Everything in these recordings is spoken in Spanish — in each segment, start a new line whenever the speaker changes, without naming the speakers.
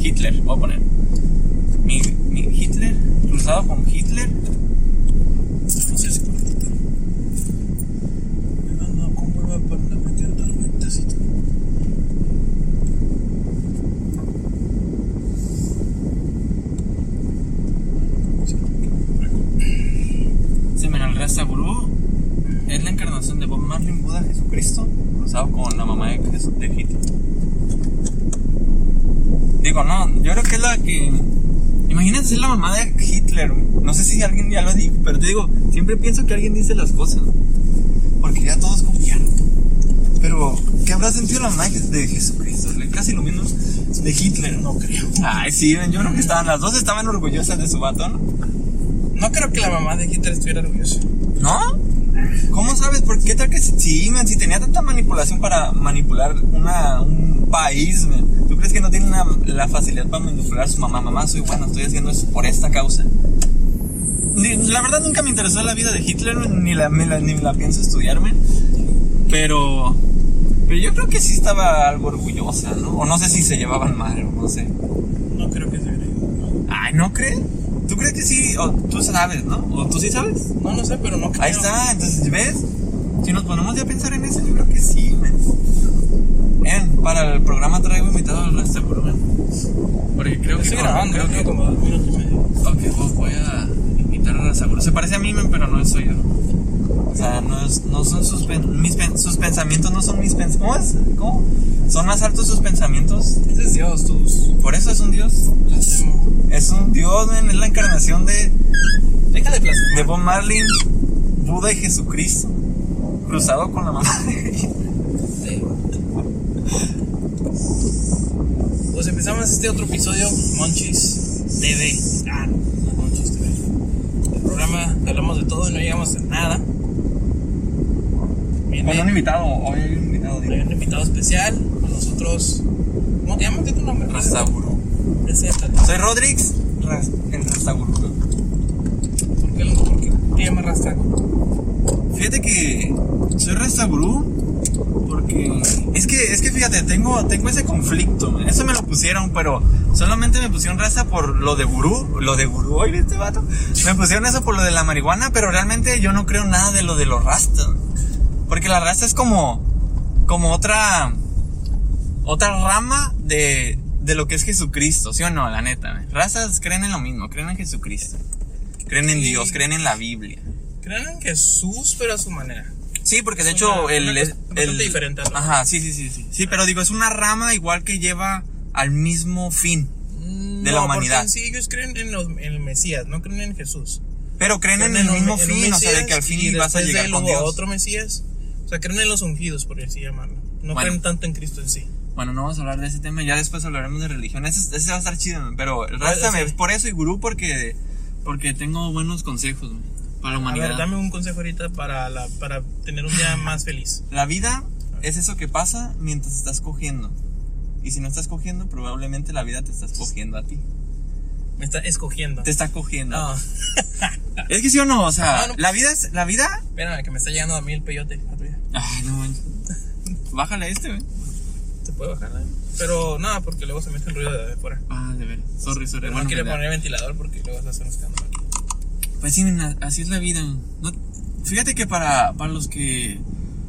Hitler, voy a poner. Mi, mi Hitler, cruzado con Hitler.
No sé si correcto. Me van a comprar para meter dar vueltas y todo.
Se me raza gurú. Es la encarnación de Bob Marley, Buda, Jesucristo, cruzado con la mamá de, Jes- de Hitler. Digo, no, yo creo que es la que. Imagínate ser la mamá de Hitler. güey. No sé si alguien ya lo dijo, pero te digo, siempre pienso que alguien dice las cosas. Porque ya todos confían. Pero, ¿qué habrá sentido la mamá de Jesucristo? güey? Casi lo menos de Hitler.
No creo.
Ay, sí, yo creo que estaban las dos, estaban orgullosas de su batón.
No creo que la mamá de Hitler estuviera orgullosa.
¿No? ¿Cómo sabes? ¿Por qué tal que si, sí, man, si tenía tanta manipulación para manipular una, un país, man? ¿Tú crees que no tiene una- la facilidad para manipular a su mamá? Mamá, soy bueno, estoy haciendo eso por esta causa. Ni- La verdad nunca me interesó la vida de Hitler, man, ni la, me la- ni la pienso estudiar, man. Pero, pero yo creo que sí estaba algo orgullosa, ¿no? O no sé si se llevaban mal, o no sé.
No creo que se hubiera ido. No,
Ay, ¿no crees? ¿Tú crees que sí? O tú sabes, ¿no? ¿O tú sí sabes?
no, no sé, pero no creo.
Ahí está, entonces, ¿ves? Si nos ponemos ya a pensar en eso, yo creo que sí, men. Miren, para el programa traigo invitado al resto Bruno. Porque creo
Yo
que
estoy
con-
grabando,
creo que
como dos minutos y medio.
Ok, vos voy a invitar a Seguro. Se parece a mí, men, pero no soy yo. O sea, no, es- no son sus, pen- mis pen- sus pensamientos, no son mis pensamientos. ¿Cómo es? ¿Cómo? Son más altos sus pensamientos.
Ese es Dios, tus.
Por eso es un dios. Es un dios, men. Es la encarnación de,
Deja de plasmar.
de Bob Marley, Buda y Jesucristo. Cruzado con la mamá de
Pues empezamos este otro episodio, Monchis TV. Ah, no, Monchis TV. El programa que hablamos de todo y no llegamos a nada. Viene
Con un invitado, hoy hay un invitado.
hay un invitado especial con nosotros. ¿Cómo te llamas? ¿Qué es tu nombre? Preséntate.
Soy Rodrix, Ras- el Rastaburu.
¿Por qué, por qué te llamas Rastaco?
Fíjate que soy Rastaburu porque es que es que fíjate, tengo tengo ese conflicto, man. eso me lo pusieron, pero solamente me pusieron Rasta por lo de gurú, lo de gurú hoy este vato. Me pusieron eso por lo de la marihuana, pero realmente yo no creo nada de lo de los rastas. Porque la rasta es como como otra otra rama de, de lo que es Jesucristo, ¿sí o no? La neta. man. Razas creen en lo mismo, creen en Jesucristo. Creen en Dios, creen en la Biblia.
Creen en Jesús, pero a su manera.
Sí, porque de
Es
hecho
una-
el,
una cosa
el-
bastante diferente a lo-
Ajá, sí, sí, sí, sí. Sí, pero digo, es una rama igual que lleva al mismo fin.
De
la humanidad.
Sí, ellos creen en, los- en el Mesías, no creen en Jesús.
Pero creen en
Creen
el
un-
mismo
en un
fin, o sea, de que al
Mesías
fin
y
vas a
después de
llegar
él
con
hubo
Dios.
otro Mesías. O sea, creen en los ungidos, por así llamarlo. No
Bueno.
creen tanto en Cristo en sí.
Bueno, no vamos a hablar de ese tema, ya después hablaremos de religión. Ese, ese va a estar chido, man, pero el Rasta
sí.
me- por eso y Gurú porque, porque tengo buenos consejos man, para la
A
humanidad.
ver, dame un consejo ahorita para, la, para tener un día más feliz.
La vida es eso que pasa mientras estás cogiendo. Y si no estás cogiendo, probablemente la vida te estás cogiendo a ti.
Me está escogiendo. Ah,
Te está cogiendo.
No,
Es que sí o no, o sea,
Ah, no.
la vida es. La vida.
espérame, que me está llegando a mí el peyote. a tu vida.
Ay, no manches. Bájale a este, güey.
Te puedo bajar, eh? Pero nada, porque luego se mete el ruido de afuera.
Ah, de veras. Sorry, sorry.
Pero
hermano,
no quiere
me da.
poner ventilador porque luego se hace un escándalo.
Pues sí, nena, así es la vida. No- fíjate que para, para los que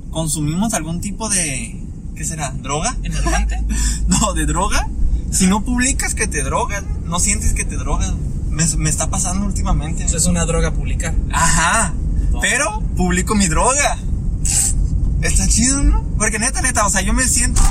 consumimos algún tipo de. ¿Qué será? ¿Droga?
¿Enervante?
No, de droga. Si no publicas que te drogan, no sientes que te drogan. Me, me está pasando últimamente.
o sea, es una droga publicar.
Ajá. Pero publico mi droga. Está chido, ¿no? Porque neta, neta, o sea, yo me siento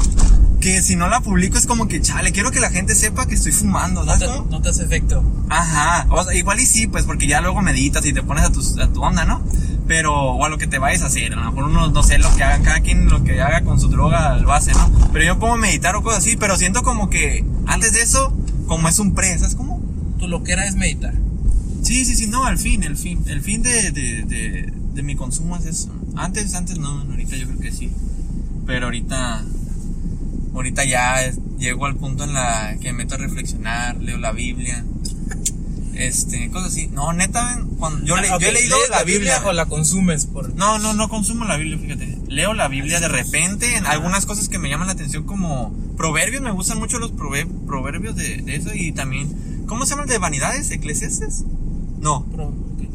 que si no la publico es como que, chale, quiero que la gente sepa que estoy fumando,
No
¿sabes?
te,
cómo?
no te hace efecto.
Ajá. O sea, igual y sí, pues porque ya luego meditas y te pones a tu, a tu onda, ¿no? Pero, o a lo que te vayas a hacer, a lo mejor uno, no sé, lo que hagan, cada quien lo que haga con su droga lo hace, ¿no? Pero yo pongo a meditar o cosas así, pero siento como que antes de eso, como es un pre, ¿sabes cómo?
Tu loquera es meditar.
Sí, sí, sí, no, al fin, el fin. El fin de, de, de, de mi consumo es eso. Antes, antes no, ahorita yo creo que sí. Pero ahorita, ahorita ya es- llego al punto en la que me meto a reflexionar, leo la Biblia. Este, cosas así. No, neta, ven, cuando- yo, le-
Ah, ok,
yo he leído
¿lees
la Biblia.
o la consumes por
No, no, no consumo la Biblia, fíjate. Leo la Biblia de repente en algunas cosas que me llaman la atención como proverbios, me gustan mucho los prove- proverbios de, de eso y también... ¿Cómo se llama el de vanidades? ¿Eclesiastes? No,
Pro-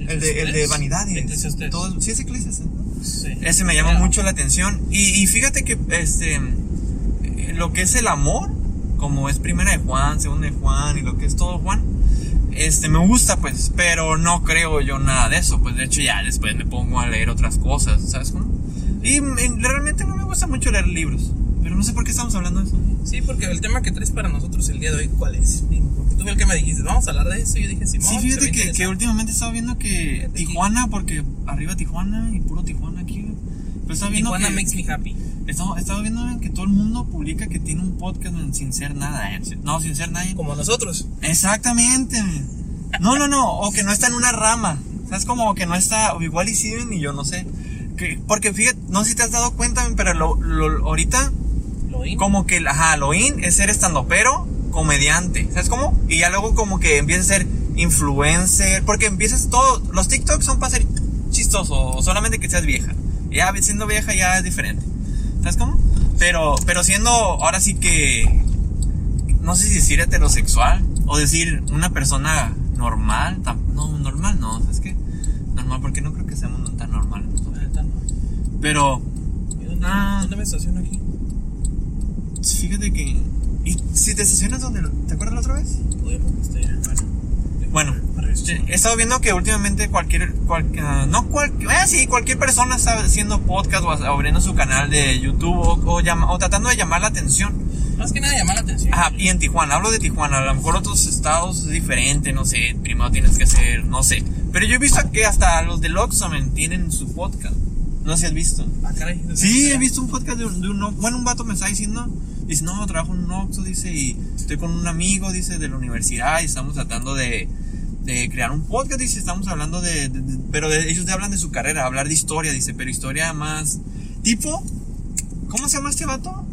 el de, el de vanidades.
Eclesiastés.
Todo- sí, es Eclesiastes. ¿no?
Sí.
Ese me llama
Ya.
mucho la atención. Y, y fíjate que este eh, lo que es el amor, como es primera de Juan, segunda de Juan y lo que es todo Juan, este me gusta pues, pero no creo yo nada de eso, pues de hecho ya después me pongo a leer otras cosas, ¿sabes cómo? Y mm, realmente no me gusta mucho leer libros, pero no sé por qué estamos hablando de eso.
Sí, porque el tema que traes para nosotros el día de hoy, ¿cuál es? Dime, Porque tú fue el que me dijiste, vamos a hablar de eso. y Yo dije, Simón,
Sí,
se ve
fíjate que, que
interesante.
últimamente estaba viendo que
Fíjate que-
Tijuana, porque arriba Tijuana y puro Tijuana aquí, pero estaba viendo
Tijuana
que-
makes me happy.
Estaba, estaba viendo que todo el mundo publica que tiene un podcast men, sin ser nada. eh, sin- No, sin ser nadie.
Como nosotros.
Exactamente. men. No, no, no. O que no está en una rama. ¿Sabes? Como que no está. o Igual y sí, y yo no sé. Que- porque fíjate, no sé si te has dado cuenta, men, pero lo, lo- ahorita,
Lo oí.
como que el ajá, lo in es ser estandopero, comediante. ¿Sabes cómo? Y ya luego, como que empiezas a ser influencer. Porque empiezas todo. Los TikToks son para ser chistoso. o Solamente que seas vieja. Ya siendo vieja ya es diferente. ¿Sabes cómo? Pero, pero siendo ahora sí que. No sé si decir heterosexual o decir una persona normal. tam- No, normal no, ¿sabes qué? Normal, porque no creo que seamos tan normales.
La
nosotros.
neta, no.
Pero,
¿Y ¿Dónde,
Ah.
¿Dónde me estaciono aquí?
fíjate que. ¿Y si te estacionas donde.? lo- ¿Te acuerdas la otra vez?
Podemos estar.
Bueno, he estado viendo que últimamente cualquier. cual- ah, no cual, eh, sí, cualquier persona está haciendo podcast o abriendo su canal de YouTube o, o llama- o tratando de llamar la atención.
Más que nada llamar la atención.
Ajá, y en Tijuana, hablo de Tijuana, a lo mejor otros estados es diferente, no sé, primero tienes que hacer, no sé. Pero yo he visto que hasta los del Oxxo men, tienen su podcast. No sé si has visto.
Ah, caray.
Sí, he visto un podcast de un, de un Ox- Bueno, un vato me está diciendo, dice, no, trabajo en un Oxxo, dice, y estoy con un amigo, dice, de la universidad, y estamos tratando de, de crear un podcast, dice, estamos hablando de, de- de- pero de- ellos te hablan de su carrera, hablar de historia, dice, pero historia más, tipo, ¿cómo se llama este vato?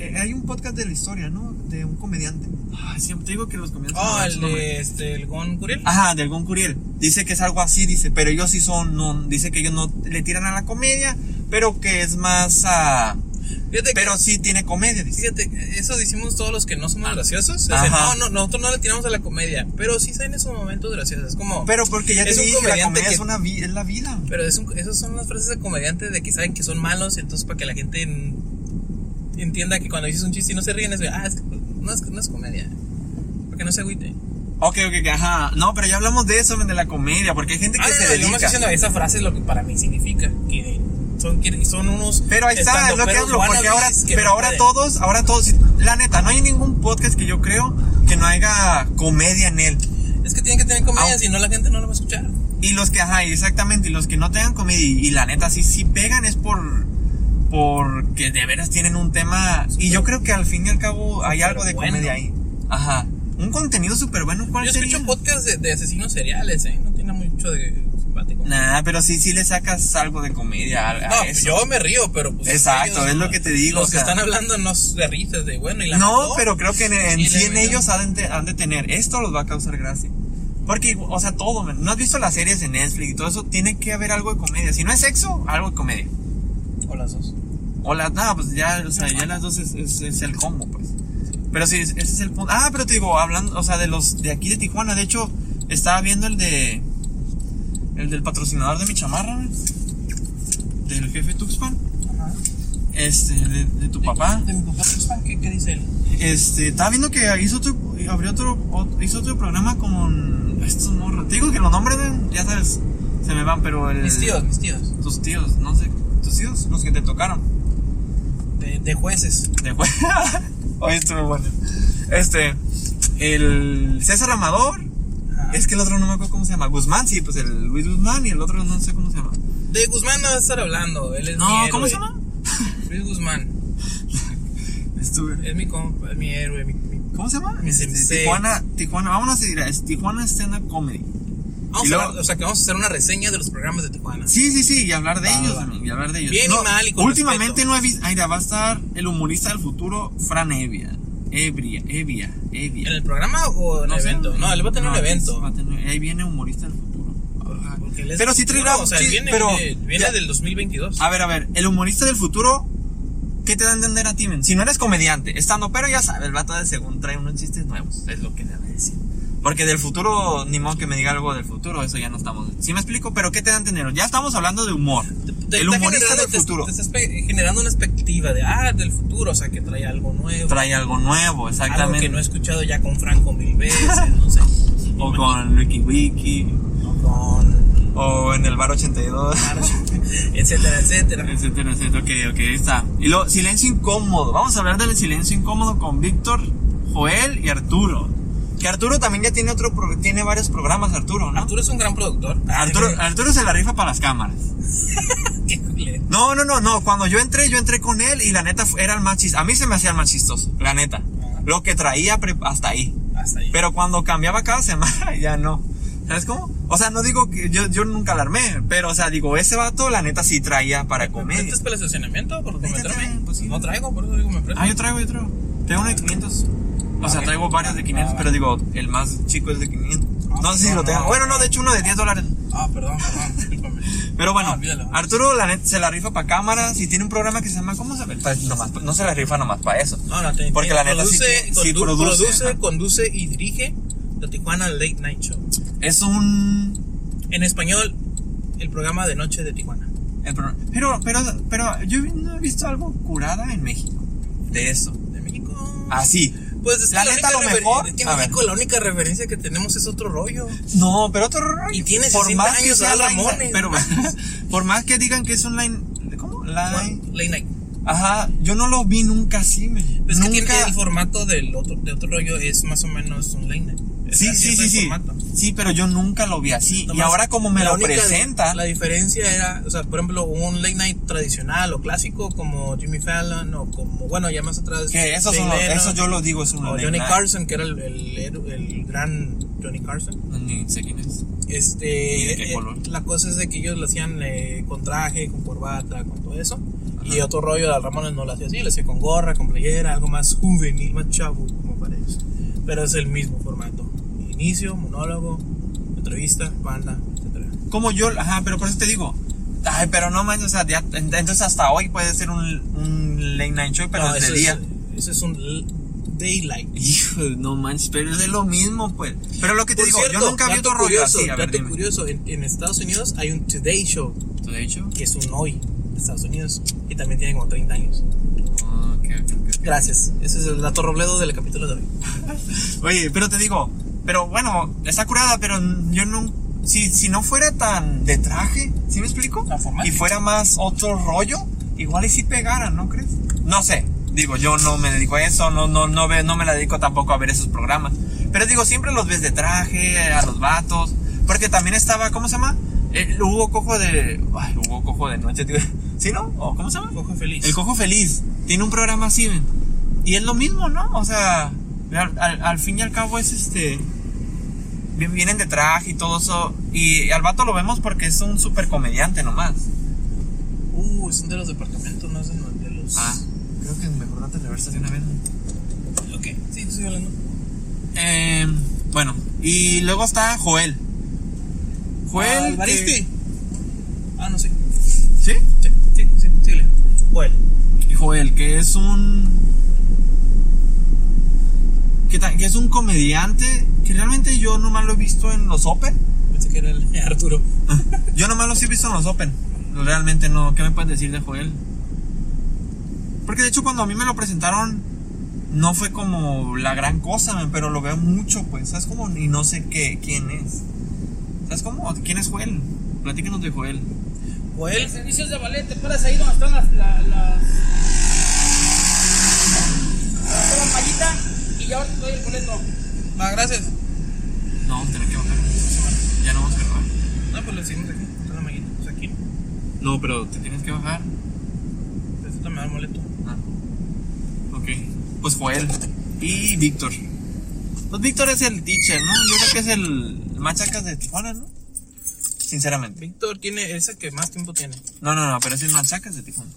Eh, hay un podcast de la historia, ¿no? De un comediante. Ah, Ay, siempre Ah, te digo que los comediantes... no Ah,
Oh,
dan su
el
nombre.
de este, el Gon Curiel.
Ajá, del Gon Curiel. Dice que es algo así, dice, pero ellos sí son, no, dice que ellos no le tiran a la comedia, pero que es más a...
Fíjate que-
Pero sí tiene comedia, dice.
Fíjate, eso decimos todos los que no somos graciosos. Es decir,
Ah. Ajá.
no, no, nosotros no le tiramos a la comedia, pero sí saben esos momentos graciosos. Es como,
Pero porque ya te
Es un
dije, la
comediante
comedia
que-
es, una vi- es la vida.
pero es un- esas son las frases de comediante de que saben que son malos, entonces para que la gente en- entienda que cuando dices un chiste y no se ríen, es de, ah, es que, pues, no, es, no es comedia. Para que no se agüite.
Ok, ok, ok, ajá. No, pero ya hablamos de eso, men, de la comedia, porque hay gente que
Ah, no,
se
no, yo me
dedica.
estoy diciendo, esa frase es lo que para mí significa. Que son, que son unos.
Pero ahí está, es lo que
estandoperos
hablo, porque
wannabes
ahora,
que
pero
no
ahora
pueden.
todos, ahora todos, la neta, no hay ningún podcast que yo creo que no haya comedia en él.
Es que tienen que tener comedia,
Ah.
si no la gente no lo va a escuchar.
Y los que, ajá, exactamente, y los que no tengan comedia y, y la neta, sí, sí pegan es por porque de veras tienen un tema y yo creo que al fin y al cabo hay algo de
Superbueno.
comedia ahí. Ajá. Un contenido súper bueno, ¿cuál
Yo
sería?
escucho podcasts de, de asesinos seriales, ¿eh? No tiene mucho de simpático.
Nah, pero sí, sí le sacas algo de comedia a, a
No, pues
eso.
yo me río, pero pues.
Exacto, es lo que te digo,
Los
o
que
sea.
están hablando no se risas de bueno y la.
No,
mató.
pero creo que en, en
Y le
sí en
metió.
ellos han de, han de tener. Esto los va a causar gracia. Porque, o sea, todo, man. ¿no has visto las series de Netflix y todo eso? Tiene que haber algo de comedia. Si no es sexo, algo de comedia.
O las dos.
O las, nada, pues ya, o sea, ya las dos es, es- es el combo, pues. Pero sí, es- ese es el punto. Ah, pero te digo, hablando, o sea, de los de aquí de Tijuana, de hecho, estaba viendo el de. El del patrocinador de mi chamarra, man. Del jefe Tuxpan.
Ajá.
Este, de, de tu papá.
De mi papá, pues, ah, ¿qué, qué dice él?
Este, estaba viendo que hizo otro, abrió otro, ot- hizo otro programa con estos morros. Te digo que los nombres, men, ya sabes, se me van, pero el.
Mis tíos, mis tíos.
Tus tíos, no sé. Tus tíos, los que te tocaron.
De, de jueces.
De jue- Hoy estuvo bueno. Este, el César Amador.
Ajá.
Es que el otro no me acuerdo cómo se llama. Guzmán, sí, pues el Luis Guzmán y el otro no sé cómo se llama.
De Guzmán no va a estar hablando. Él es mi
No,
héroe.
¿cómo se llama?
Luis Guzmán.
Estuve.
Es mi compa, es mi héroe. mi- mi-
¿Cómo se llama?
Mi
Este,
sensei.
Tijuana, Tijuana, vámonos a ir a es Tijuana Stand Up Comedy.
Vamos
Y
a
luego-
hablar- o sea, que vamos a hacer una reseña de los programas de Tijuana.
Sí, sí, sí, y hablar de
Va,
ellos
va.
también, y hablar de ellos.
Bien y mal y con
Últimamente
respeto.
no he visto. Ay, mira, va a estar el humorista del futuro, Fran Evia. Ebria, Evia, Evia.
¿En el programa o en el
sé,
evento? No, él va a tener
no,
un
va
evento.
a tener- ahí viene humorista del futuro.
Porque él es
Pero sí
futuro,
traerá-
O sea,
sí,
él viene,
pero-
viene- viene
ya. Ah,
del 2022.
A ver, a ver, el humorista del futuro, ¿qué te da a entender a ti, men? Si no eres comediante, estando, pero ya sabes, el vato de según trae unos chistes nuevos, es lo que le voy a decir. Porque del futuro, ni modo que me diga algo del futuro, eso ya no estamos. Si me explico, pero ¿qué te da a entender? Ya estamos hablando de humor.
Te-
el
está
humorista
generando-
del
te-
futuro
Te, estás pe- generando una expectativa de, ah, del futuro, o sea, que trae algo nuevo.
trae algo nuevo,
algo
exactamente.
que no he escuchado ya con Franco mil veces, no sé.
O con Ricky Wiki,
O con.
o en el bar 82.
etcétera, etcétera.
Etcétera, etcétera. Ok, ok, ahí está. Y luego, silencio incómodo. Vamos a hablar del silencio incómodo con Víctor, Joel y Arturo. Que Arturo también ya tiene otro pro- tiene varios programas, Arturo, ¿no?
Arturo es un gran productor.
Ah. Arturo, ah. Arturo se la rifa para las cámaras.
Qué culero.
No, no, no, no. Cuando yo entré, yo entré con él y la neta fu- era el más chistoso. A mí se me hacía el más chistoso, la neta.
Ajá.
Lo que traía pre- hasta ahí.
Hasta ahí.
Pero cuando cambiaba cada semana, ya no. ¿Sabes cómo? O sea, no digo que yo, yo nunca alarmé, pero o sea, digo, ese vato la neta sí traía para comedia.
¿Este es para el estacionamiento? Por
Este
meterme.
trae, pues sí.
No traigo, por eso digo me presto.
Ah, yo traigo, yo traigo. Tengo uno de 500. O sea,
Ok.
traigo varios de 500,
Ah,
pero digo, el más chico es de 500.
Ah,
No sé si
no,
lo
no,
tengo.
no.
Bueno, no, de hecho uno de 10 dólares.
Ah, perdón, perdón, discúlpame.
Pero bueno,
Ah, olvídalo.
Arturo la neta, se la rifa para cámaras y tiene un programa que se llama ¿Cómo se ve? Pa- nomás, no se la rifa nomás para eso.
No, no, te
Porque
te-
la neta sí
produce,
que- sí
condu-
produce,
produce,
ajá.
conduce y dirige la Tijuana Late Night Show.
Es un...
En español, el programa de noche de Tijuana.
el pro- pero, pero, pero yo vi- no he visto algo curada en México de eso. Ah,
De México.
Así.
Pues es que
La neta,
única
lo
refer-
mejor-
Es que en
a ver.
México la única referencia que tenemos es otro rollo.
No, pero otro rollo.
Y tiene 60 años,
sea
Adal
line-
Ramones.
Pero por más que digan que es un line... ¿Cómo? Line...
Late Night.
Ajá, yo no lo vi nunca así, me.
Es
nunca.
que tiene el formato del otro, de otro rollo, es más o menos un Late Night. Es
sí,
así
sí,
es
sí,
el
sí.
formato.
Sí, pero yo nunca lo vi así. y
Nomás
ahora como me
la
lo
única-
presenta,
La diferencia era, o sea, por ejemplo, un late night tradicional o clásico como Jimmy Fallon o como, bueno, ya más atrás.
que esos
Jay
son los-
Leno,
eso yo lo digo, es un
O
late
Oh, Johnny
night.
Carson, que era el, el- el- el gran Johnny Carson.
Ni sé quién es.
Este,
¿Y de qué
eh,
color?
la cosa es de que ellos lo hacían eh, con traje, con corbata, con todo eso. Y otro rollo de Ramones no lo hacía así, lo hacía con gorra, con playera, algo más juvenil, más chavo, como para ellos. Pero es el mismo formato: inicio, monólogo, entrevista, banda, etcétera.
Como yo, ajá, pero por eso te digo. Ay, pero no manches, o sea, ya- en- entonces hasta hoy puede ser un, un late night show, pero
No,
es de
eso
día.
Es, eso es un l- daylight.
Hijo, no manches, pero es de lo mismo, pues. Pero lo que te
Por
digo,
cierto,
yo nunca vi
dato
otro rollo
curioso,
así. A ver,
dato
dime.
curioso, en, en Estados Unidos hay un Today Show,
¿Tú de hecho?
que es un hoy de Estados Unidos, y también tiene como 30 años.
Ah, ok, ok, ok.
Gracias. Ese es el dato robledo del capítulo de hoy.
Oye, pero te digo, pero bueno, está curada, pero yo no. Si, si no fuera tan de traje, ¿sí me explico?
Tan formal.
Y fuera más otro rollo, igual y si pegaran, ¿no crees? No sé, digo, yo no me dedico a eso, no, no, no, ve- no me la dedico tampoco a ver esos programas. Pero digo, siempre los ves de traje, a los vatos, porque también estaba, ¿cómo se llama? El Hugo Cojo de. Ay, Hugo Cojo de Noche, tío. ¿Sí, no? ¿O ¿Cómo se llama?
Cojo feliz.
El Cojo Feliz tiene un programa así, ven. Y es lo mismo, ¿no? O sea, al, al- al fin y al cabo es este. vi- Vienen de traje y todo eso. Y al vato lo vemos porque es un super comediante nomás.
uh, son de los departamentos, no es de los- de los.
Ah. creo que mejor date reversa de una vez.
Ok, sí, estoy hablando.
Eh, bueno, y luego está Joel.
Ah,
Joel. que-
Alvariste. Ah, no sé.
¿Sí?
Sí, sí, sí, síguele. Joel.
Joel, que es un. Que, ta- que es un comediante que realmente yo nomás lo he visto en los Open.
Pensé que era el Arturo.
Yo nomás los he visto en los Open. Realmente no. ¿Qué me puedes decir de Joel? Porque de hecho cuando a mí me lo presentaron no fue como la gran cosa, men, pero lo veo mucho, pues. ¿Sabes cómo? Y no sé qué, quién es. ¿Sabes cómo? ¿Quién es Joel? Platícanos de Joel.
Joel.
Servicios de ballet, te paras ahí donde están las. la- las... Toma mallita y ya ahora te doy el boleto.
Ah, gracias.
No, vamos a tener que bajar. Ya no vamos a grabar.
No, pues lo seguimos aquí. Está la maquinita. Pues aquí.
No, pero te tienes que bajar.
Esto Pues me da el boleto.
Ah, Ok. Pues Joel y Víctor. Pues Víctor es el teacher, ¿no? Yo creo que es el machacas de Tijuana, ¿no? Sinceramente.
Víctor tiene esa que más tiempo tiene.
No, no, no, pero es el machacas de Tijuana.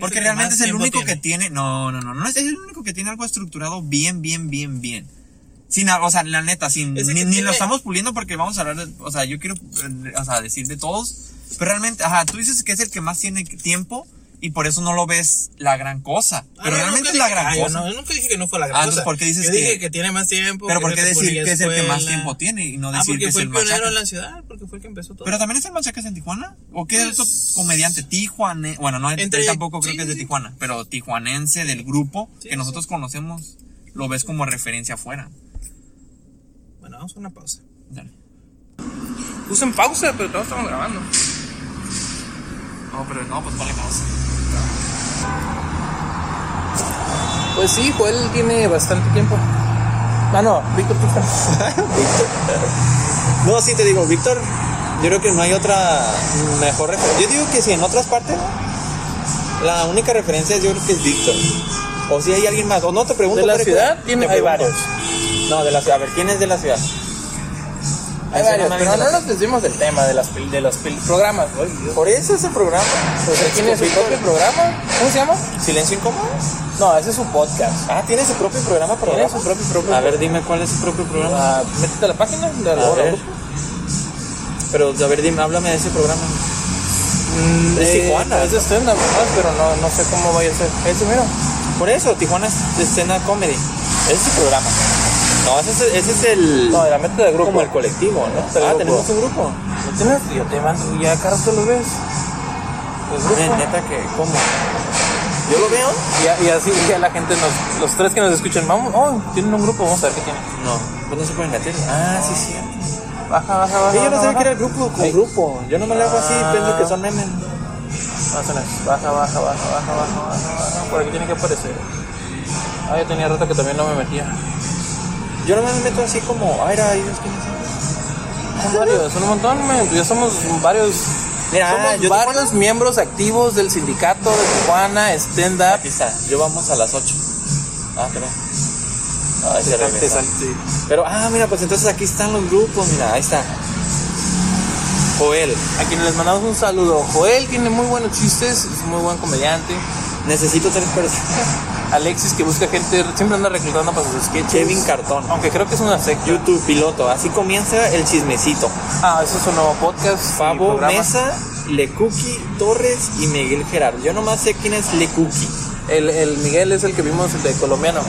Porque
que
realmente
más
es el
tiempo
único que
tiene.
tiene. No, no, no, no. Es el único que tiene algo estructurado bien, bien, bien, bien. Sin, a- o sea, la neta, sin,
Es
ni,
el que
ni
tiene-
lo estamos puliendo porque vamos a hablar. de- o sea, yo quiero eh, o sea, decir de todos. Pero realmente, ajá, tú dices que es el que más tiene tiempo y por eso no lo ves la gran cosa.
Ah,
Pero
yo
realmente
nunca
es la
dije-
gran
ah, yo
cosa.
no- yo nunca dije que no fue la gran
Ah,
cosa.
entonces, ¿por qué dices
yo
que-
dije que tiene más tiempo.
pero ¿por
no
qué
se
decir
ponía
que es el que más
escuela?
tiempo tiene y no
Ah,
decir
porque
que es
fue
el
el pionero en
machaca?
la ciudad, porque fue el que empezó todo.
Pero también es el machacas en Tijuana. ¿O qué es otro
Pues-
comediante tijuane? Bueno, no, él-
Entre-
él tampoco creo
sí,
que es de
sí.
Tijuana, pero tijuanense del grupo
Sí,
que nosotros conocemos, lo ves como referencia afuera.
Bueno, vamos a una pausa.
Dale.
Puse en pausa, pero todos estamos grabando.
No, pero no, pues vale
Pues sí, Joel tiene bastante tiempo. Ah, no, Víctor Tucson.
No, sí te digo, Víctor, yo creo que no hay otra mejor referencia. Yo digo que si en otras partes, la única referencia yo creo que es Víctor. O si hay alguien más, o no te pregunto.
¿De la
Pérez,
ciudad?
te
Tiene- hay
pregunto.
varios.
No, de la ciudad. A ver, ¿quién es de la ciudad?
Hay
Ahí suena
varios,
mal
pero no
internet.
nos decimos del tema de, las, pel- de los pel- programas, güey.
Por eso ese programa.
Pues él tiene su
Víctor.
propio programa. ¿Cómo se llama?
¿Silencio incómodo?
No, ese es su podcast.
Ah, tiene su propio programa.
Tiene
programa?
su propio programa.
A ver, dime cuál es su propio programa.
Ah, métete a la página de
A
Albora
ver.
Grupo.
Pero, a ver, dime, háblame de ese programa.
Mm,
Es
eh,
Tijuana.
Es de stand-up, nomás, pero no, no sé cómo vaya a ser. Ese, mira.
Por eso, Tijuana es escena comedy. Ese es su programa. No, ese es, ese es el.
No, de la meta de grupo.
como el colectivo, ¿no?
Del
ah,
grupo.
tenemos un grupo.
¿Lo tienes? Yo te mando, ya Carlos tú lo ves. Pues grupo.
Ne- neta que, ¿cómo? Yo lo veo.
Y, a- y así ya la gente, nos, los tres que nos escuchan, vamos, oh, tienen un grupo, vamos a ver qué tienen.
No, pues no se pueden meter. Ah, sí, sí.
Baja, baja, baja.
Sí, yo no
baja,
sabía
baja.
que era el grupo con
Sí.
grupo. Yo no me lo hago así,
Ah.
pienso que son memes.
Más o menos. Baja, baja, baja, baja, baja, baja, baja. Por aquí tiene que aparecer. Ah, yo tenía rato que también no me metía.
Yo no me meto así como, ay, era ellos quiénes son.
Son varios, son un montón, men. ya somos varios.
Mira, ah,
somos
yo
varios miembros activos del sindicato de Tijuana, stand up.
Aquí está, yo vamos a las 8. Ah, creo. Ay, se reventó. Pero, ah, mira, pues entonces aquí están los grupos, mira, ahí está. Joel,
A quienes les mandamos un saludo. Joel tiene muy buenos chistes, es muy buen comediante.
necesito tres personas.
Alexis que busca gente, siempre anda reclutando para sus sketches.
Kevin Cartón,
Aunque creo que es una secta.
YouTube piloto, así comienza el chismecito.
Ah, eso es un nuevo podcast. y
Pavo
programa.
Mesa, Lecuki Torres y Miguel Gerardo. Yo nomás sé quién es Lecuki.
El, el Miguel es el que vimos, el de colombiano.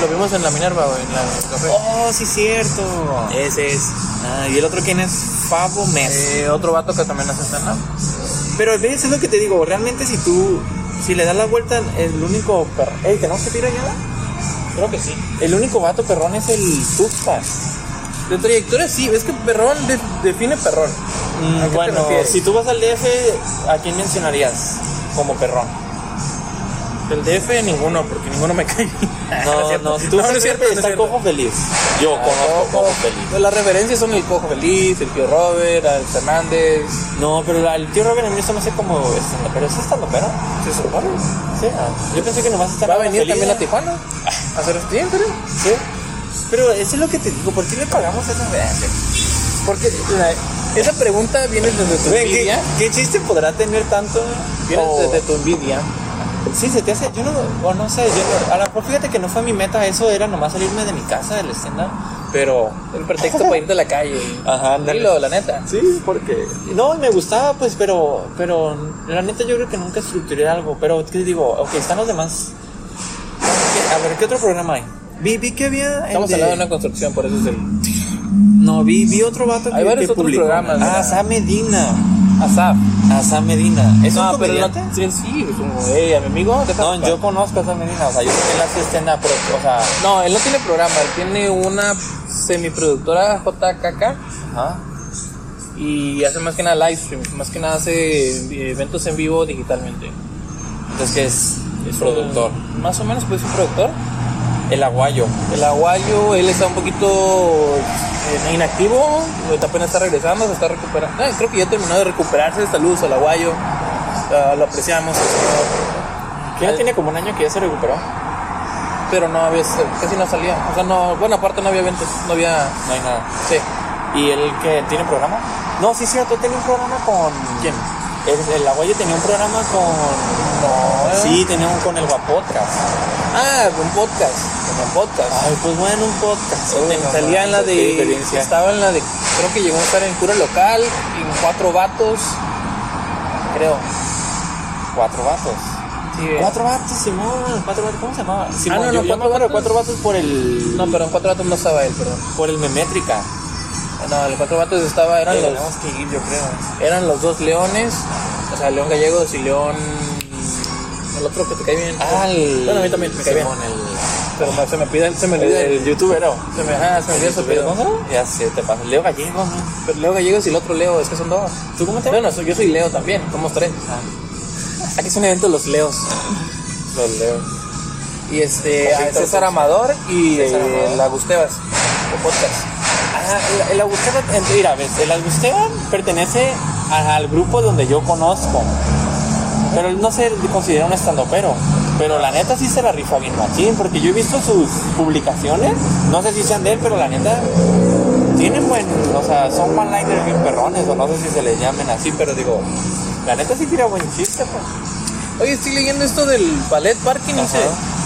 Lo vimos en la Minerva, güey, en la en el café.
Mm, Oh, sí, cierto.
Ese es.
Ah, y el otro quién es Fabo Mesa.
Eh, otro vato que también hace stand
Pero ves, es lo que te digo. Realmente, si tú, si le das la vuelta, el único perro. Ey, ¿tenemos que tirar ya?
Creo que sí.
El único vato perrón es el Tuxpa.
De trayectoria sí, es que perrón de- define perrón. ¿A qué te
Mm, bueno,
refieres?
si tú vas al DF, ¿a quién mencionarías como perrón?
Del DF ninguno, porque ninguno me cae. es
No,
cierto.
no, si tú
no,
vas
no
al
es cierto,
DF,
no es
está el
cierto.
Cojo Feliz. Ah, Yo conozco Cojo Feliz.
Pues las referencias son el Cojo Feliz, el tío Robert, al Fernández.
No, pero al tío Robin a mí se me hace como pero ¿Es estandopero?
Se supone.
Sí, ah, yo pensé que nomás estaba
Va a venir
feliz, Ah.
también
¿no?
a Tijuana a hacer stand, creo.
Sí. Pero eso es lo que te digo, ¿por qué le pagamos a esa gente?
Porque la- esa pregunta viene desde tu
Güey, ¿qué,
envidia.
qué chiste podrá tener tanto?
Viene
O-
desde tu envidia.
Oh. Sí, se te hace, yo no, o no sé, yo no- a lo mejor fíjate que no fue mi meta, eso era nomás salirme de mi casa, de la escena, pero...
El pretexto para irte a la calle.
Ajá, ándale.
Dilo, la neta.
Sí, porque... No, me gustaba, pues, pero, pero la neta yo creo que nunca estructuré algo, pero ¿qué digo? Ok, están los demás. A ver, ¿qué otro programa hay? Vi, vi que había... el
Estamos
de-
hablando de una construcción, por eso es el
No, vi, vi otro vato que
Hay varios
que
otros
publicó.
programas,
Ah,
mira.
Sam Medina.
ASAP.
Ah, Sam Medina. ¿Es un
Ah, pero
comediante?
no- sí, sí, como, hey, a mi amigo. deja
No,
de-
yo conozco a Sam Medina. O sea, yo sé que él hace escena, pero, o sea...
No, él no tiene programa, él tiene una semiproductora JKK
ajá.
y hace más que nada live streams, más que nada hace eh, eventos en vivo digitalmente.
Entonces, ¿qué es? Es productor.
un- Más o menos, pues es un productor.
El aguayo.
El aguayo, él está un poquito eh, inactivo, ahorita apenas está regresando, se está recuperando. Ah, creo que ya terminó de recuperarse, saludos al aguayo, Ah, lo apreciamos.
Que ya tiene como un año que ya se recuperó.
Pero no había, casi no salía, o sea, no, bueno, aparte no había eventos, no había,
No hay nada.
sí.
¿Y él que tiene programa? No, sí, cierto. Tiene un programa con...
¿Quién?
El, el Aguayo tenía un programa con. Sí, tenía un con el Guapodcast.
Ah, un podcast. Como podcast.
Ay, pues bueno, un podcast.
Este,
Bueno,
salía en la
qué
de.
experiencia.
Estaba en la de. Creo que llegó a estar en cura local. En cuatro vatos. Creo.
Cuatro vatos.
Sí,
Eh, Cuatro vatos, Simón. Cuatro vatos, ¿cómo se llamaba? Simón,
no, no,
yo, yo me
cuatro
acuerdo de
vatos.
cuatro vatos por el.
No, pero en cuatro vatos no estaba él, perdón.
Por el Memétrica.
No, en cuatro vatos estaba. Eran los.
Tenemos que ir, yo creo.
eran los dos leones, o sea, León Gallegos y León. El otro que te cae bien.
Ah, el.
Bueno, a mí también me cae bien.
Simón, el-
Pero me- se me pide, se me
el.
olvida.
El, youtubero.
Se me, ajá, se me olvida su apellido.
¿Cómo? Ya se te pasa. Leo Gallego, ¿no?
Pero Leo Gallegos y el otro Leo, es que son dos.
¿Tú cómo te Ah.
Bueno, soy- yo soy Leo también, somos tres. Ah, Aquí es un evento de los Leos.
Los Leo.
Y este,
Con
a
Víctor
César
Sosa.
Amador y
César
eh,
Amador.
la Gustevas, o podcast.
Ah, el- el Agusteban, el- mira, ves, el Agusteban pertenece a- al grupo donde yo conozco. Pero él no se considera un estandopero. Pero la neta sí se la rifa bien machín, porque yo he visto sus publicaciones. No sé si sean de él, pero la neta tienen buen. O sea, son one-liners bien perrones, o no sé si se les llamen así, pero digo, la neta sí tira buen chiste, pues.
Oye, estoy leyendo esto del ballet parking. Dice: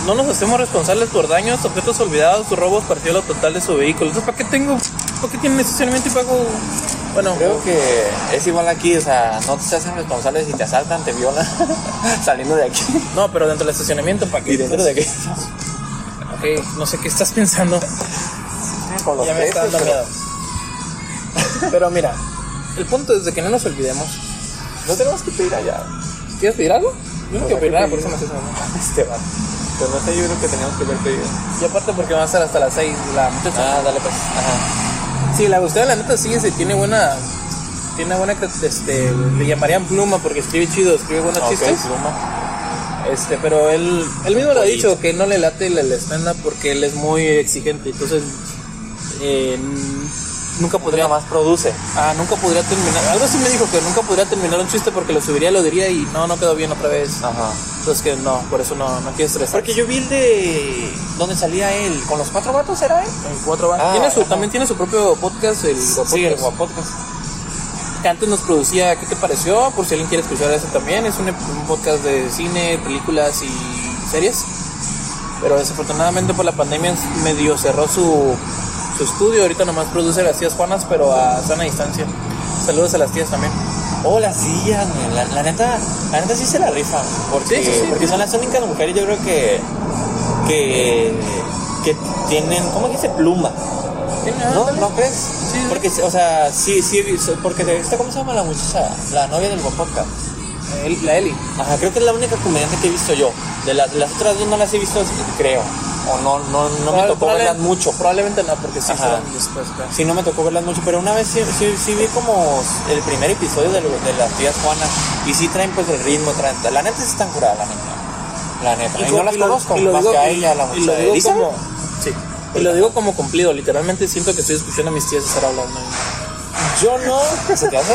No nos hacemos responsables por daños, objetos olvidados, robos, parcial o total de su vehículo. Entonces, ¿para qué tengo? ¿Para qué tienen necesariamente pago? Bueno,
Creo que es igual aquí, o sea, no te hacen responsable si te asaltan, te violan saliendo de aquí.
no, pero dentro del estacionamiento, ¿para qué?
Y dentro de aquí.
Ok, no sé qué estás pensando.
Con los
ya me está
precios,
dando
pero-
miedo. Pero mira, el punto es de que no nos olvidemos.
No tenemos que pedir allá.
¿Quieres pedir algo? Yo no quiero Pues pedir nada, por eso me estoy Este
Esteban. Pues no sé, yo creo que teníamos que ver pedido.
Y aparte, porque va a estar hasta las 6 la muchacha.
Ah, dale pues. Ajá.
Sí, la Gustavo, la neta, sí, sí, tiene buena. Tiene buena. Este, le llamarían pluma porque escribe chido, escribe buenos
Ok,
chistes.
pluma.
Este, pero él, él mismo lo ha
Pollito.
dicho que no le late el el stand-up porque él es muy exigente. Entonces, eh, n- nunca podría.
Nada más produce.
Ah, nunca podría terminar. Algo así me dijo que nunca podría terminar un chiste porque lo subiría, lo diría y no, no quedó bien otra vez.
Ajá.
Entonces, que no, por eso no, no quiero estresar.
Porque yo vi el de. ¿Dónde salía él? ¿Con los cuatro vatos era él?
El cuatro va-
Ah,
tiene su,
ajá.
también tiene su propio podcast, el Guapodcast,
Sí, el guapodcast.
que antes nos producía ¿Qué te pareció? Por si alguien quiere escuchar eso también. Es un, un podcast de cine, películas y series. Pero desafortunadamente por la pandemia medio cerró su, su estudio. Ahorita nomás produce las tías Juanas, pero a sana distancia. Saludos a las tías también.
Oh, las sillas, güey. la, la neta, la neta sí se la rifan. Porque,
Sí, sí, sí.
porque son las únicas mujeres, yo creo que. que. que tienen. ¿Cómo que dice? Pluma. ¿No? ¿No crees?
sí.
Porque, o sea, sí, sí, porque de esta, ¿cómo se llama la muchacha? La novia del Guapodcast.
El- la Eli.
Ajá, creo que es la única comediante que he visto yo. De las, las otras dos no las he visto, creo. O no, no, no me
Probable-
tocó
probable-
verlas mucho.
Probablemente no, porque sí
Ajá.
fueron después. claro.
Sí, no me tocó verlas mucho, pero una vez sí, sí, sí vi como el primer episodio de, lo- de las tías Juanas. Y sí traen pues el ritmo, traen... La neta sí están curadas, la neta. La neta. Y,
como-
no las
lo-
conozco,
y lo
más
digo-
que a
y-
ella, la
y lo
muchacha.
digo
Elisa.
como- sí. Y lo digo como cumplido, literalmente siento que estoy escuchando a mis tías estar hablando.
Yo no. ¿Se te hace?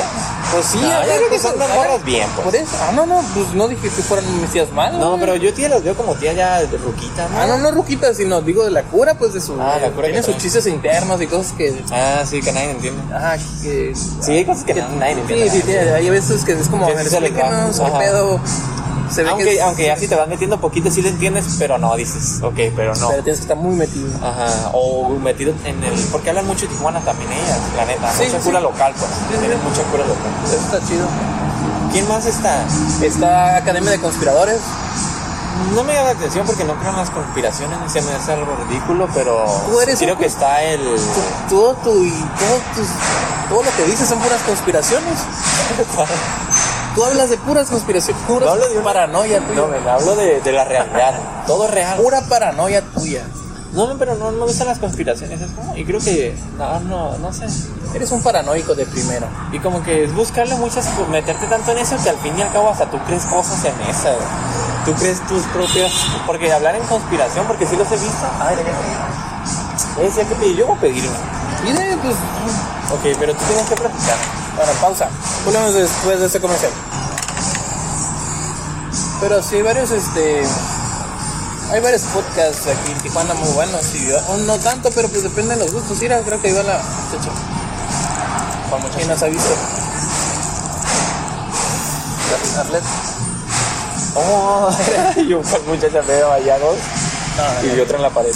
Pues sí,
No, yo
acá,
creo que
pues,
son unas
acá.
morras bien, pues.
Por eso. Ah, no, no, pues no dije que fueran mis tías mal.
No,
güey.
pero yo tía las veo como tía ya de ruquita, ¿no?
Ah, no, no ruquitas, sino digo de la cura, pues de su.
Ah, la cura
Tiene
que
sus
trae.
chistes internos y cosas que.
Ah, sí, que nadie entiende.
Ah, que.
Sí, hay cosas que nadie entiende.
Sí, sí, tiene- hay veces que es como.
Que
a ver,
sí se les va.
explíquenos, qué
Ajá.
pedo. Se ve
Aunque,
que. es-
aunque ah, así te vas metiendo poquito, sí le entiendes, pero no, dices, ok, pero no.
Pero tienes que estar muy metido.
Ajá, o metido en el. Porque hablan mucho de Tijuana también ellas, la neta.
Sí,
mucha
sí.
cura local, pues.
sí.
Tienen mucha cura local.
Eso está chido.
¿Quién más está?
Está Academia de Conspiradores.
No me llama la atención porque no creo en las conspiraciones, se me hace algo ridículo, pero.
Tú eres
creo
un-
que está el.
Tu- Todo tu. y Todo, tus, todo lo que dices son puras conspiraciones. Tú hablas de puras conspiraciones. Puras
No hablo de una-
paranoia tuya.
No, me hablo de, de la realidad. Todo real.
pura paranoia tuya.
No, no, pero no no me gustan las conspiraciones, es como. Y creo que. No, no, no sé.
Eres un paranoico de primera.
Y como que es buscarle muchas, pues, meterte tanto en eso que al fin y al cabo hasta tú crees cosas en esa. güey. Tú crees tus propias. Porque hablar en conspiración, porque sí los he visto. Ay, ya decía que pedir, yo voy a pedir una.
Y de, pues,
Ok, pero tú tienes que practicar.
bueno, pausa. Volvemos después de este comercial. Pero sí, hay varios, este. Hay varios podcasts aquí en Tijuana muy buenos. Y yo, oh, no tanto, pero pues depende de los gustos. Mira, creo que iba la muchacha.
Con muchas
que nos ha visto. Affleck.
Oh, y un muchacha veo allá dos y otro en la pared.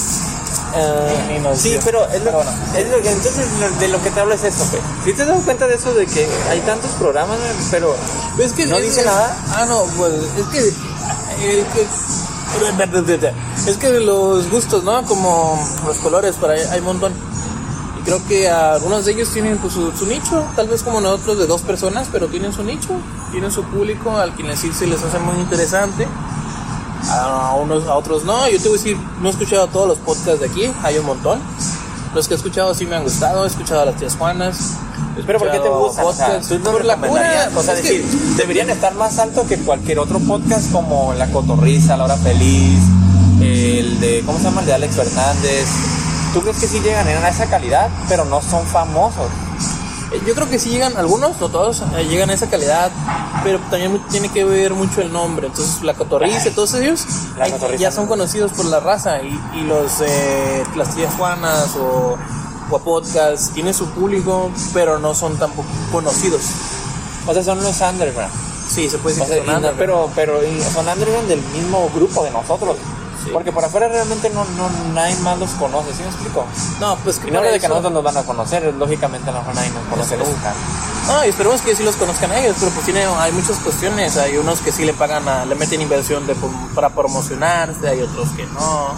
Eh, ni nos
Sí,
dio.
pero es lo,
bueno.
es lo que- entonces lo- de lo que te hablo es eso, güey. Si te das cuenta de eso de que hay tantos programas, güey, pero
Pero es que
¿No
es-
dice
es-
nada?
Ah, no, pues es que, el que- es que los gustos, ¿no? Como los colores, para hay un montón. Y creo que algunos de ellos tienen pues, su, su nicho, tal vez como nosotros de dos personas, pero tienen su nicho, tienen su público al quien les se les hace muy interesante. A unos, a otros no. Yo te voy a decir, no he escuchado todos los podcasts de aquí, hay un montón. Los que he escuchado sí me han gustado, he escuchado a las tías Juanas. he
pero ¿por qué te
escuchado
gusta? O sea,
podcasts.
tú eh, no
por la
recomendarías,
pura,
o sea,
es que-
decir, deberían estar más alto que cualquier otro podcast como La Cotorrisa, La Hora Feliz, el de ¿cómo se llama? el de Alex Fernández. ¿Tú crees que sí llegan a esa calidad, pero no son famosos?
Eh, Yo creo que sí llegan, algunos, no todos, eh, llegan a esa calidad, pero también mu- tiene que ver mucho el nombre. Entonces, la cotorriza, todos ellos
La
eh,
Cotorrisa,
ya son
no.
conocidos por la raza y, y los eh, las tías Juanas o Guapodcast tienen su público, pero no son tan po- conocidos.
O sea, son los underground.
Sí, se puede
O
decir
sea,
que son
y no- pero
underground.
pero y son underground del mismo grupo de nosotros.
Sí.
Porque por afuera realmente no, no nadie más los conoce, ¿sí me explico?
No, pues que
Y no
para
hablo de que a
eso-
nosotros nos van a conocer, lógicamente a lo mejor nadie nos conoce nunca.
No, Ah, y esperemos que sí los conozcan a ellos, pero pues tiene, hay muchas cuestiones. Hay unos que sí le pagan, a, le meten inversión de, prom- para promocionarse, hay otros que no.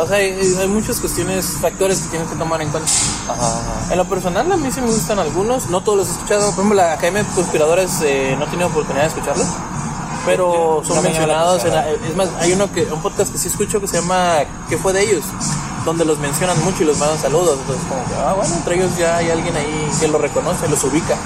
O sea, hay, hay muchas cuestiones, factores que tienes que tomar en cuenta.
Ajá, ajá.
En lo personal, a mí sí me gustan algunos, no todos los he escuchado. Por ejemplo, la Academia de Conspiradores eh, no he tenido oportunidad de escucharlos, pero son
No me llama la
mencionados. En la-
atención.
es más, hay uno que, un podcast que sí escucho que se llama ¿Qué fue de ellos? Donde los mencionan mucho y los mandan saludos. Entonces, como que, ah, bueno, entre ellos ya hay alguien ahí que los reconoce, los ubica.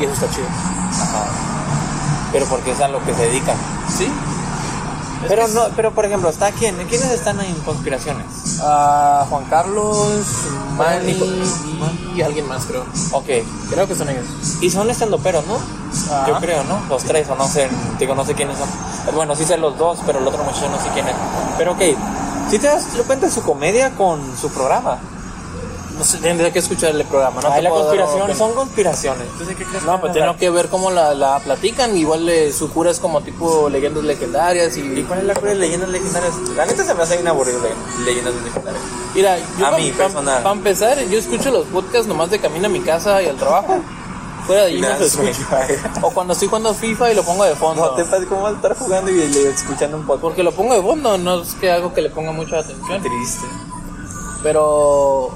Y eso está chido.
Ajá. Ah. Pero porque es a lo que se dedican.
¿Sí? Es
Pero
que-
no, pero por ejemplo, ¿está quién? ¿Quiénes están en conspiraciones?
Ah, Juan Carlos, Manny
Nico-
y alguien más, creo.
Ok.
Creo que son ellos.
Y son estandoperos, ¿no?
Ajá.
Yo creo, ¿no? Los tres, o no sé, digo, no sé quiénes son. Bueno, sí sé los dos, pero el otro muchacho no sé quién es. Pero ok, si te das cuenta de su comedia con su programa.
No sé, tendría que escuchar el programa, ¿no?
Ahí
te
la
puedo dar una
conspiración,
opinión.
son conspiraciones. Entonces, ¿qué crees?
No, pues tengo que ver cómo la, la platican. Igual eh, su cura es como tipo leyendas legendarias. Y,
¿Y cuál es la cura de leyendas legendarias? La neta se me hace inaburrido le- leyendas legendarias.
Mira, yo
A
pa-
mí,
pa-
personal.
pa empezar, yo escucho los podcasts nomás de camino a mi casa y al trabajo. Fuera de ahí no
Nada,
los escucho. O cuando estoy jugando FIFA y lo pongo de fondo.
No, te pasa cómo vas a estar jugando y le- escuchando un podcast.
Porque lo pongo de fondo, no es que algo que le ponga mucha atención.
Triste.
Pero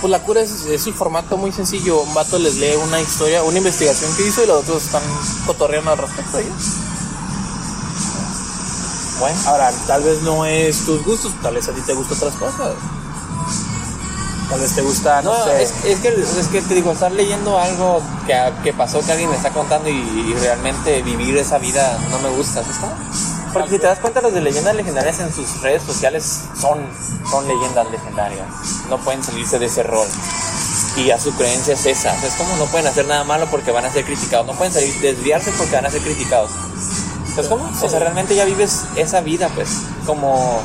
pues la cura es, es el formato muy sencillo. Un vato les lee una historia, una investigación que hizo y los otros están cotorreando al respecto.
Bueno.
Ahora, tal vez no es tus gustos, tal vez a ti te gustan otras cosas. Tal vez te gusta, no,
No,
sé.
es, es que, es que te digo, estar leyendo algo que, que pasó, que alguien me está contando y, y realmente vivir esa vida no me gusta, ¿sí está? Porque si te das cuenta, los de leyendas legendarias en sus redes sociales son, son leyendas legendarias. No pueden salirse de ese rol. Y a su creencia es esa. O sea, es como no pueden hacer nada malo porque van a ser criticados. No pueden salir, desviarse porque van a ser criticados. ¿Sabes cómo? O sea, realmente ya vives esa vida, pues. Como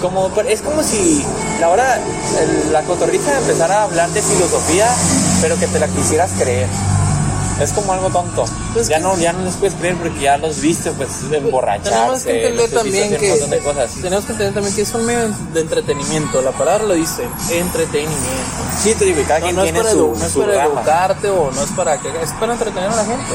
como pero es como si la hora el- la cotorriza empezara a hablar de filosofía pero que te la quisieras creer es como algo tonto
Pues
ya
que-
no ya no les puedes creer porque ya los viste pues emborracharse
tenemos que entender
los has visto
también
hacer
que
un montón de cosas
tenemos que entender también que es un medio de entretenimiento. La palabra lo dice, entretenimiento.
sí te digo y cada
No,
quien
no es
tiene
para,
su,
edu- no es
su
para
rama
educarte o no es para que es para entretener a la gente.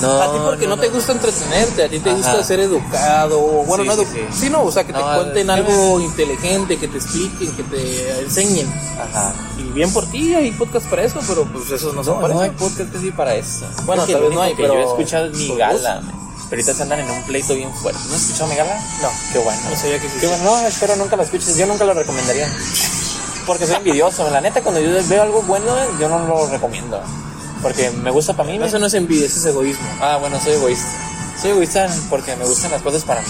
no,
a ti porque no, te gusta entretenerte, a ti te
Ajá.
gusta ser educado, o bueno,
Sí,
no
sí,
edu-
sí.
sí, no, o sea, que
No,
te
es-
cuenten algo inteligente, que te expliquen, que te enseñen.
ajá
Y bien por ti, hay podcast para eso, pero pues esos no son
no,
para
no
eso.
hay podcast que sí para eso
Bueno,
Es que
tal
lo
vez no
único
hay,
que
pero-
yo he escuchado es mi
¿Por
gala man. pero ahorita se andan en un pleito bien fuerte ¿no has escuchado mi gala?
No.
qué bueno
No sabía que
Qué
existía.
bueno, no, espero nunca lo escuches. Yo nunca lo recomendaría. Porque soy envidioso. La neta, cuando yo veo algo bueno, yo no lo recomiendo. Porque me gusta para mí. me-
Eso no es envidia, eso es egoísmo.
Ah, bueno, soy egoísta. Soy egoísta porque me gustan las cosas para mí.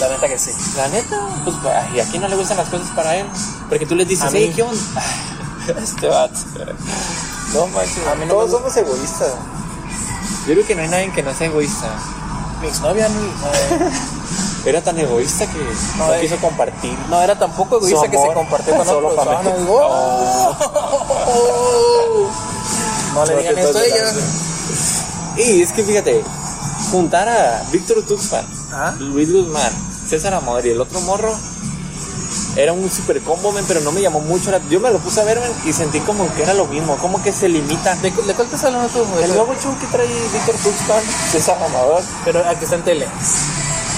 La neta que sí.
La neta, pues, ay, ¿a quién no le gustan las cosas para él? Porque tú les dices,
A mí.
hey, ¿qué onda? Este vato. No manches.
A mí no
todos
me gusta.
somos egoístas. Yo creo que no hay nadie que no sea egoísta.
Mi exnovia no, eh,
Era tan egoísta que no,
eh.
quiso compartir.
no era tampoco
Su
egoísta que se
amor
compartió con
solo
otra
para mí.
persona. Oh. No le digan esto a ella.
Y es que fíjate, juntar a Víctor Tuxpan,
¿Ah?
Luis Guzmán, César Amador y el otro morro era un super combo, men, pero no me llamó mucho la Yo me lo puse a ver, men, y sentí como que era lo mismo, como que se limita.
¿De, cu- de cuál te estás hablando tú?
El nuevo show que trae Víctor Tuxpan, César Amador,
Pero al que está en tele.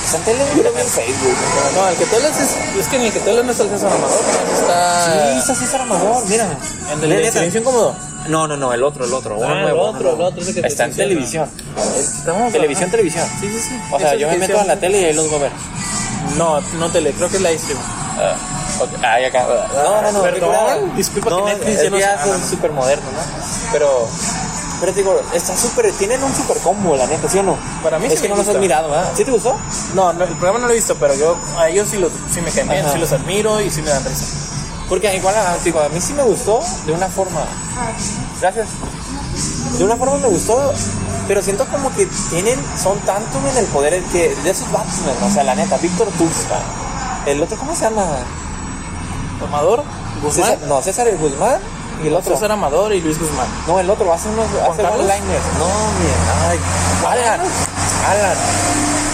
está en tele, yo lo vi en Facebook. men.
No, al que tú hablas es, es que en el que tú hablas no está el César Amador.
Sí,
Está.
está César Amador, mira.
¿En Ah. el de
Neta.
silencio incómodo?
No, no, no, el otro, el otro. uno
el
nuevo, uno
otro, el
nuevo.
otro, ese que te
Está en
funciona.
televisión.
Estamos
Televisión,
ajá.
televisión.
Sí, sí, sí.
O sea,
Ese
yo me
que
meto a la
decíamos.
tele y ahí los voy a ver.
No, no tele, creo que es la stream.
Ah, ok. Ay, acá. No, no, no.
Perdón,
claro.
disculpa que
no,
Netflix
es
ya
que
nos-
ya
ah,
son
no.
súper modernos, ¿no? Pero, pero te digo, está súper, tienen un súper combo, la neta, ¿sí o no?
Para mí
es
sí
que
me
no los
gusta.
has mirado, ¿verdad? ¿Sí te gustó?
No, no, el programa no lo he visto, pero yo a ellos sí, los, sí me caen bien,
Ajá.
sí los admiro y sí me dan risa.
Porque igual, ah, digo, a mí sí me gustó de una forma. Gracias. De una forma me gustó, pero siento como que tienen, son tanto en el poder que de esos vatos, men, o sea, la neta, Víctor Tuxpan. El otro, ¿cómo se llama?
Amador, Guzmán,
César- no, César el Guzmán y el otro.
César Amador y Luis Guzmán.
No, el otro hace unos hace
Carlos?
one-liners. No, mira, ay, Alan. Alan.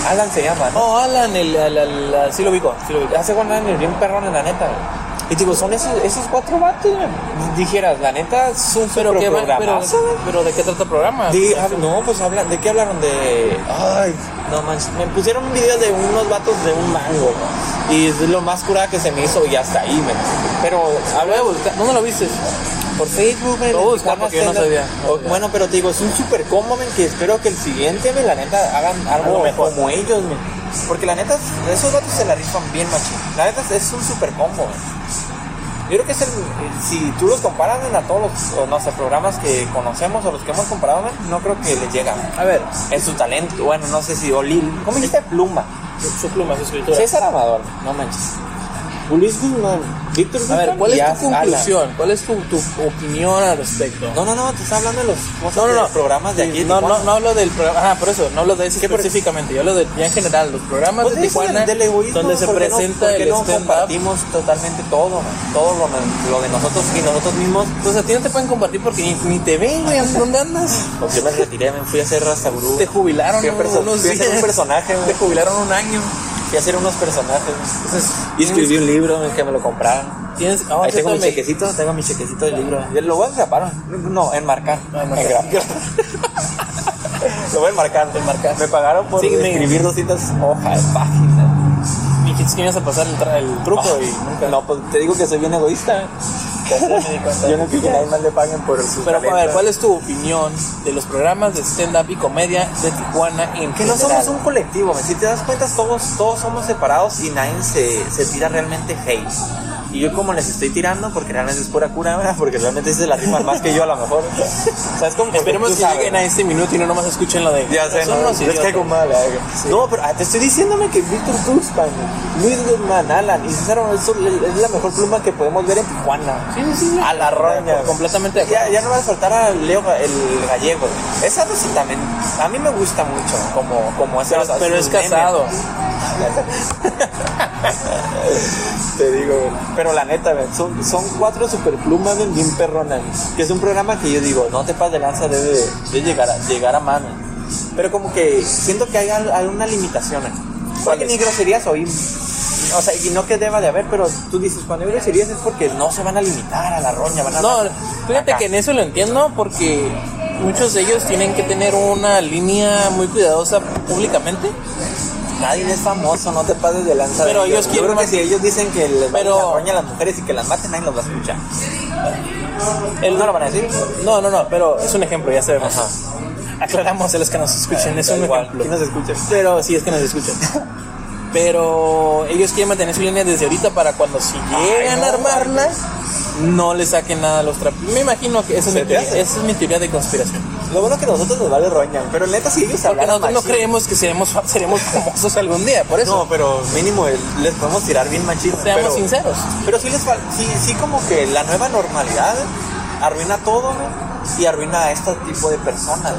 Alan se llama. ¿no?
Oh, Alan, el, al- al- al- sí lo ubico, sí lo ubico.
Hace one-liners bien perrón en la neta. güey. Y digo, son esos, esos cuatro vatos, güey. dijeras, la neta es un
Pero,
super
qué va- pero,
programazo, güey.
pero ¿de qué trata el programa?
Di- ah, no, pues hablan, ¿de qué hablaron? De. Ay, no manches. Me pusieron un video de unos vatos de un mango, ¿no? Y es lo más curada que se me hizo y hasta ahí, men. Pero
Lo voy a buscar. ¿Dónde lo viste?
por Facebook, men,
Lo
en
voy a buscar
Tijuana
porque yo no
Stand Up.
sabía, no
O-
sabía.
Bueno, pero te digo, es un super combo, men, que espero que el siguiente, men, la neta, hagan algo,
Algo mejor.
como ellos, men. Porque la neta, esos vatos se la rifan bien, machín. La neta, es un super combo, men. Yo creo que es el, si tú los comparas men, a todos los, o no sé, programas que conocemos o los que hemos comparado, men, no creo que les llega.
A ver,
Es su talento, bueno, no sé si Olil. ¿Cómo dijiste? Pluma.
su, su pluma, su escritura.
César Amador, no manches. Luis Guzmán, Víctor
A
Guzmán.
ver, ¿cuál
y
es
Alan.
tu conclusión? ¿Cuál es tu, tu opinión al respecto?
No, no, no, te estás hablando de los,
No, no,
de
no.
los programas de aquí. de
No,
Tijuana.
no, no hablo del programa. Ah, por eso, no hablo de ese específicamente. Yo hablo de, ya en general, los programas
Pues
de
de eso,
Tijuana,
del egoísmo,
donde se
¿por qué no-
presenta
por qué
el
no
stand-up.
compartimos totalmente todo, man? todo lo, lo de nosotros y nosotros mismos.
Pues a ti no te pueden compartir porque ni, ni te ven, güey. ¿Dónde andas?
Pues yo me retiré, me fui a hacer Rasta Gurú.
Te jubilaron
Fui a, perso-
unos
fui a hacer un
días.
personaje,
Te
man.
jubilaron un año.
fui a hacer unos personajes. man.
Entonces,
Y escribí un libro man, que me lo compraron.
Tienes, ah,
Ahí
eso
tengo mi
me-
chequecito, tengo mi chequecito del libro. Yo Lo voy a engrapar, man. no, enmarcar.
enmarcar.
lo voy a enmarcar.
Enmarcar.
Me pagaron por
Sí, me-
escribir 200 hojas, páginas.
me dijiste que me ibas a pasar el, tra- el truco
Oh,
y nunca.
No, pues te digo que soy bien egoísta.
me di cuenta.
Yo no quiero que nadie más le paguen por su
Pero a ver, ¿cuál es tu opinión de los programas de stand-up y comedia de Tijuana en
Que no
general?
somos un colectivo, men. si te das cuenta todos, todos somos separados y nadie se, se tira realmente hate. Y yo como les estoy tirando, porque realmente es pura cura, ¿verdad? porque realmente se la rifan más que yo a lo mejor. ¿Sabes cómo? Porque
Esperemos
tú
que
sabes,
lleguen
¿no?
a este minuto y no nomás escuchen lo de.
Ya sé,
Son
no,
unos
les
idiotas.
caigo mal. ¿eh? No, pero ah, te estoy diciéndome que Víctor Tuxpan, Luis Guzmán, Alan y César Manuel son- es la mejor pluma que podemos ver en Tijuana.
Sí, sí, sí.
A la roña.
Com- Completamente de
Ya,
acuerdo.
ya no va a faltar a Leo Ga- el gallego. Esa sí también. A mí me gusta mucho como, como ese.
Pero,
o sea,
pero
sus
es
memes.
casado.
Te digo, güey. Pero la neta, güey, son, son cuatro superplumas güey, bien perronas. güey. Que es un programa que yo digo, no te pases de lanza, debe, debe llegar, a, llegar a mano. Pero como que siento que hay al- alguna limitación. güey. Porque ni groserías oí. O sea, y no que deba de haber, pero tú dices, cuando hay groserías es porque no se van a limitar a la roña, van a
No, fíjate
Acá.
que en eso lo entiendo porque muchos de ellos tienen que tener una línea muy cuidadosa públicamente.
Nadie es famoso, no te pases de lanza.
Pero
de
ellos
Yo
quieren
creo que
más-
si ellos dicen que les
Pero-
pero... a roña a las mujeres y que las maten, nadie los va a escuchar.
El-
¿No lo van a decir?
No, no, no, pero es un ejemplo, ya sabemos.
Ajá.
Aclaramos a los que nos escuchen, es
Da
un
igual,
ejemplo.
¿quién nos escucha?
Pero sí, es que nos escuchan. Pero ellos quieren mantener su línea desde ahorita para cuando si llegan
no,
a armarla, no le saquen nada a los trapos. Me imagino que esa es,
¿Se
mi
te
teoría,
hace?
esa es mi teoría de conspiración.
Lo bueno que nosotros nos vale roña, pero neta si ellos
Porque
hablaran
nosotros no
machín-
creemos que seremos, fa- seremos famosos algún día, por eso.
No, pero mínimo el- les podemos tirar bien machismo.
Seamos
pero,
sinceros.
Pero sí les fal- sí, sí como que la nueva normalidad arruina todo, ¿no? Y arruina a este tipo de personas.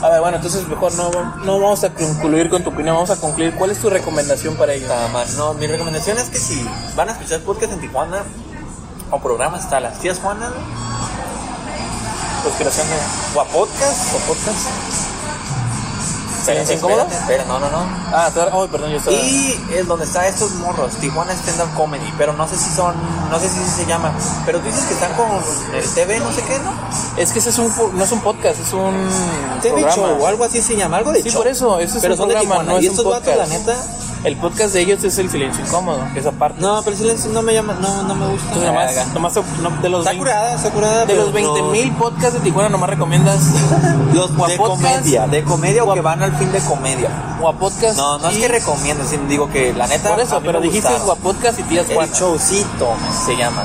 A ver, bueno, entonces mejor no, no vamos a concluir con tu opinión, vamos a concluir. ¿Cuál es tu recomendación para ellos?
Nada más. No, mi recomendación es que si van a escuchar podcast en Tijuana o programas hasta las tías pues Juanas, ¿no?
Conspiración de-
o a podcast, o podcast, espérate,
incómodo?
espérate, espera, no, no, no.
Ah, está- ay, perdón, yo estaba.
Y es donde está estos morros, Tijuana Stand Up Comedy, pero no sé si son, no sé si se llama, pero tú dices que están con el TV, no sé qué, ¿no?
Es que ese es un, po- no es un podcast, es un
TV
programa.
Show o algo así se llama, algo de
Sí,
show.
por eso, ese es
pero
un
son
programa,
de Tijuana,
no
y
es un
estos vatos, la
podcast.
neta,
El podcast de ellos es el silencio incómodo, que es aparte.
no, pero silencio no me llama, no, no me gusta.
Tú nomás, nomás te- no, de los
Está
20
curada, está curada.
de
pero
los 20 mil podcasts de Tijuana nomás recomiendas
no- los de
guapodcasts.
comedia, de comedia o que van al fin de comedia.
Guapodcast.
No, no es
y-
que recomiendo, sino digo que la neta.
Por
a
eso,
mí
pero
me
dijiste
gustaron.
guapodcast y tías
El
Juanas.
showcito se llama.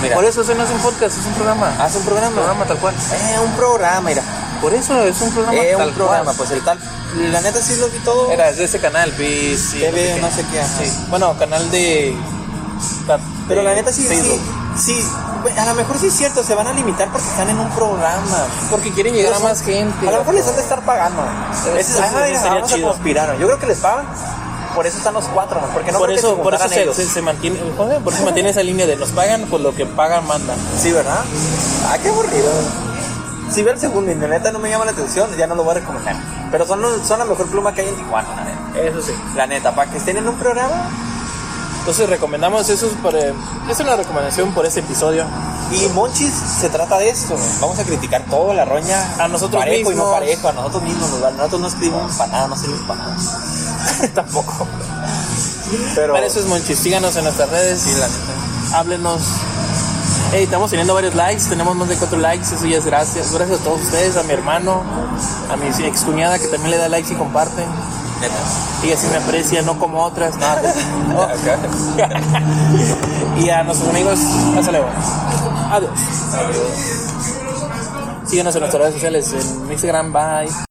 Mira,
Por eso, ese no es un podcast, es un programa.
hace Ah, un programa.
programa tal cual.
Eh, un programa, mira.
Por eso, es un programa
Eh,
tal
un programa,
cual.
pues el tal. La neta sí lo vi todo.
Era, es de ese canal, BC,
TV, no sé qué. ajá.
Sí. Bueno, canal de.
Pero la
de
neta sí, sí,
Facebook.
sí. A lo mejor sí es cierto, se van a limitar porque están en un programa.
Porque quieren llegar a más gente.
A lo mejor les han de estar pagando. Ese es,
eso
ah, mira,
sería
vamos
chido.
a conspirar. Yo creo que les pagan. Por eso están los cuatro, man, porque no
por
creo
eso,
que se
por eso
juntaran
se,
ellos.
se- se mantiene, joder, por eso se mantiene esa línea de nos pagan, pues lo que pagan manda.
Sí, ¿verdad? Ah, qué aburrido. Si ver el segundo y la neta no me llama la atención, ya no lo voy a recomendar. Pero son, los- son la mejor pluma que hay en Tijuana, la neta.
Eso sí.
La neta, para que estén en un programa
Entonces recomendamos eso para, es una recomendación por este episodio.
y Monchis se trata de esto. ¿no? Vamos a criticar todo, la roña.
A nosotros
parejo y
mismos.
no parejo, a nosotros mismos. nos vale. Nosotros no escribimos para nada, no servimos para nada.
Tampoco.
Pero
Para eso es Monchis, síganos en nuestras redes y la neta, háblenos. Ey, estamos teniendo varios likes, tenemos más de 4 likes, eso ya es gracias. Gracias a todos ustedes, a mi hermano, a mi excuñada que también le da likes y comparte.
neta.
Ella sí me aprecia, no como otras. No, no. y a nuestros amigos, hasta luego. Adiós. Síguenos en nuestras redes sociales, en Instagram, bye.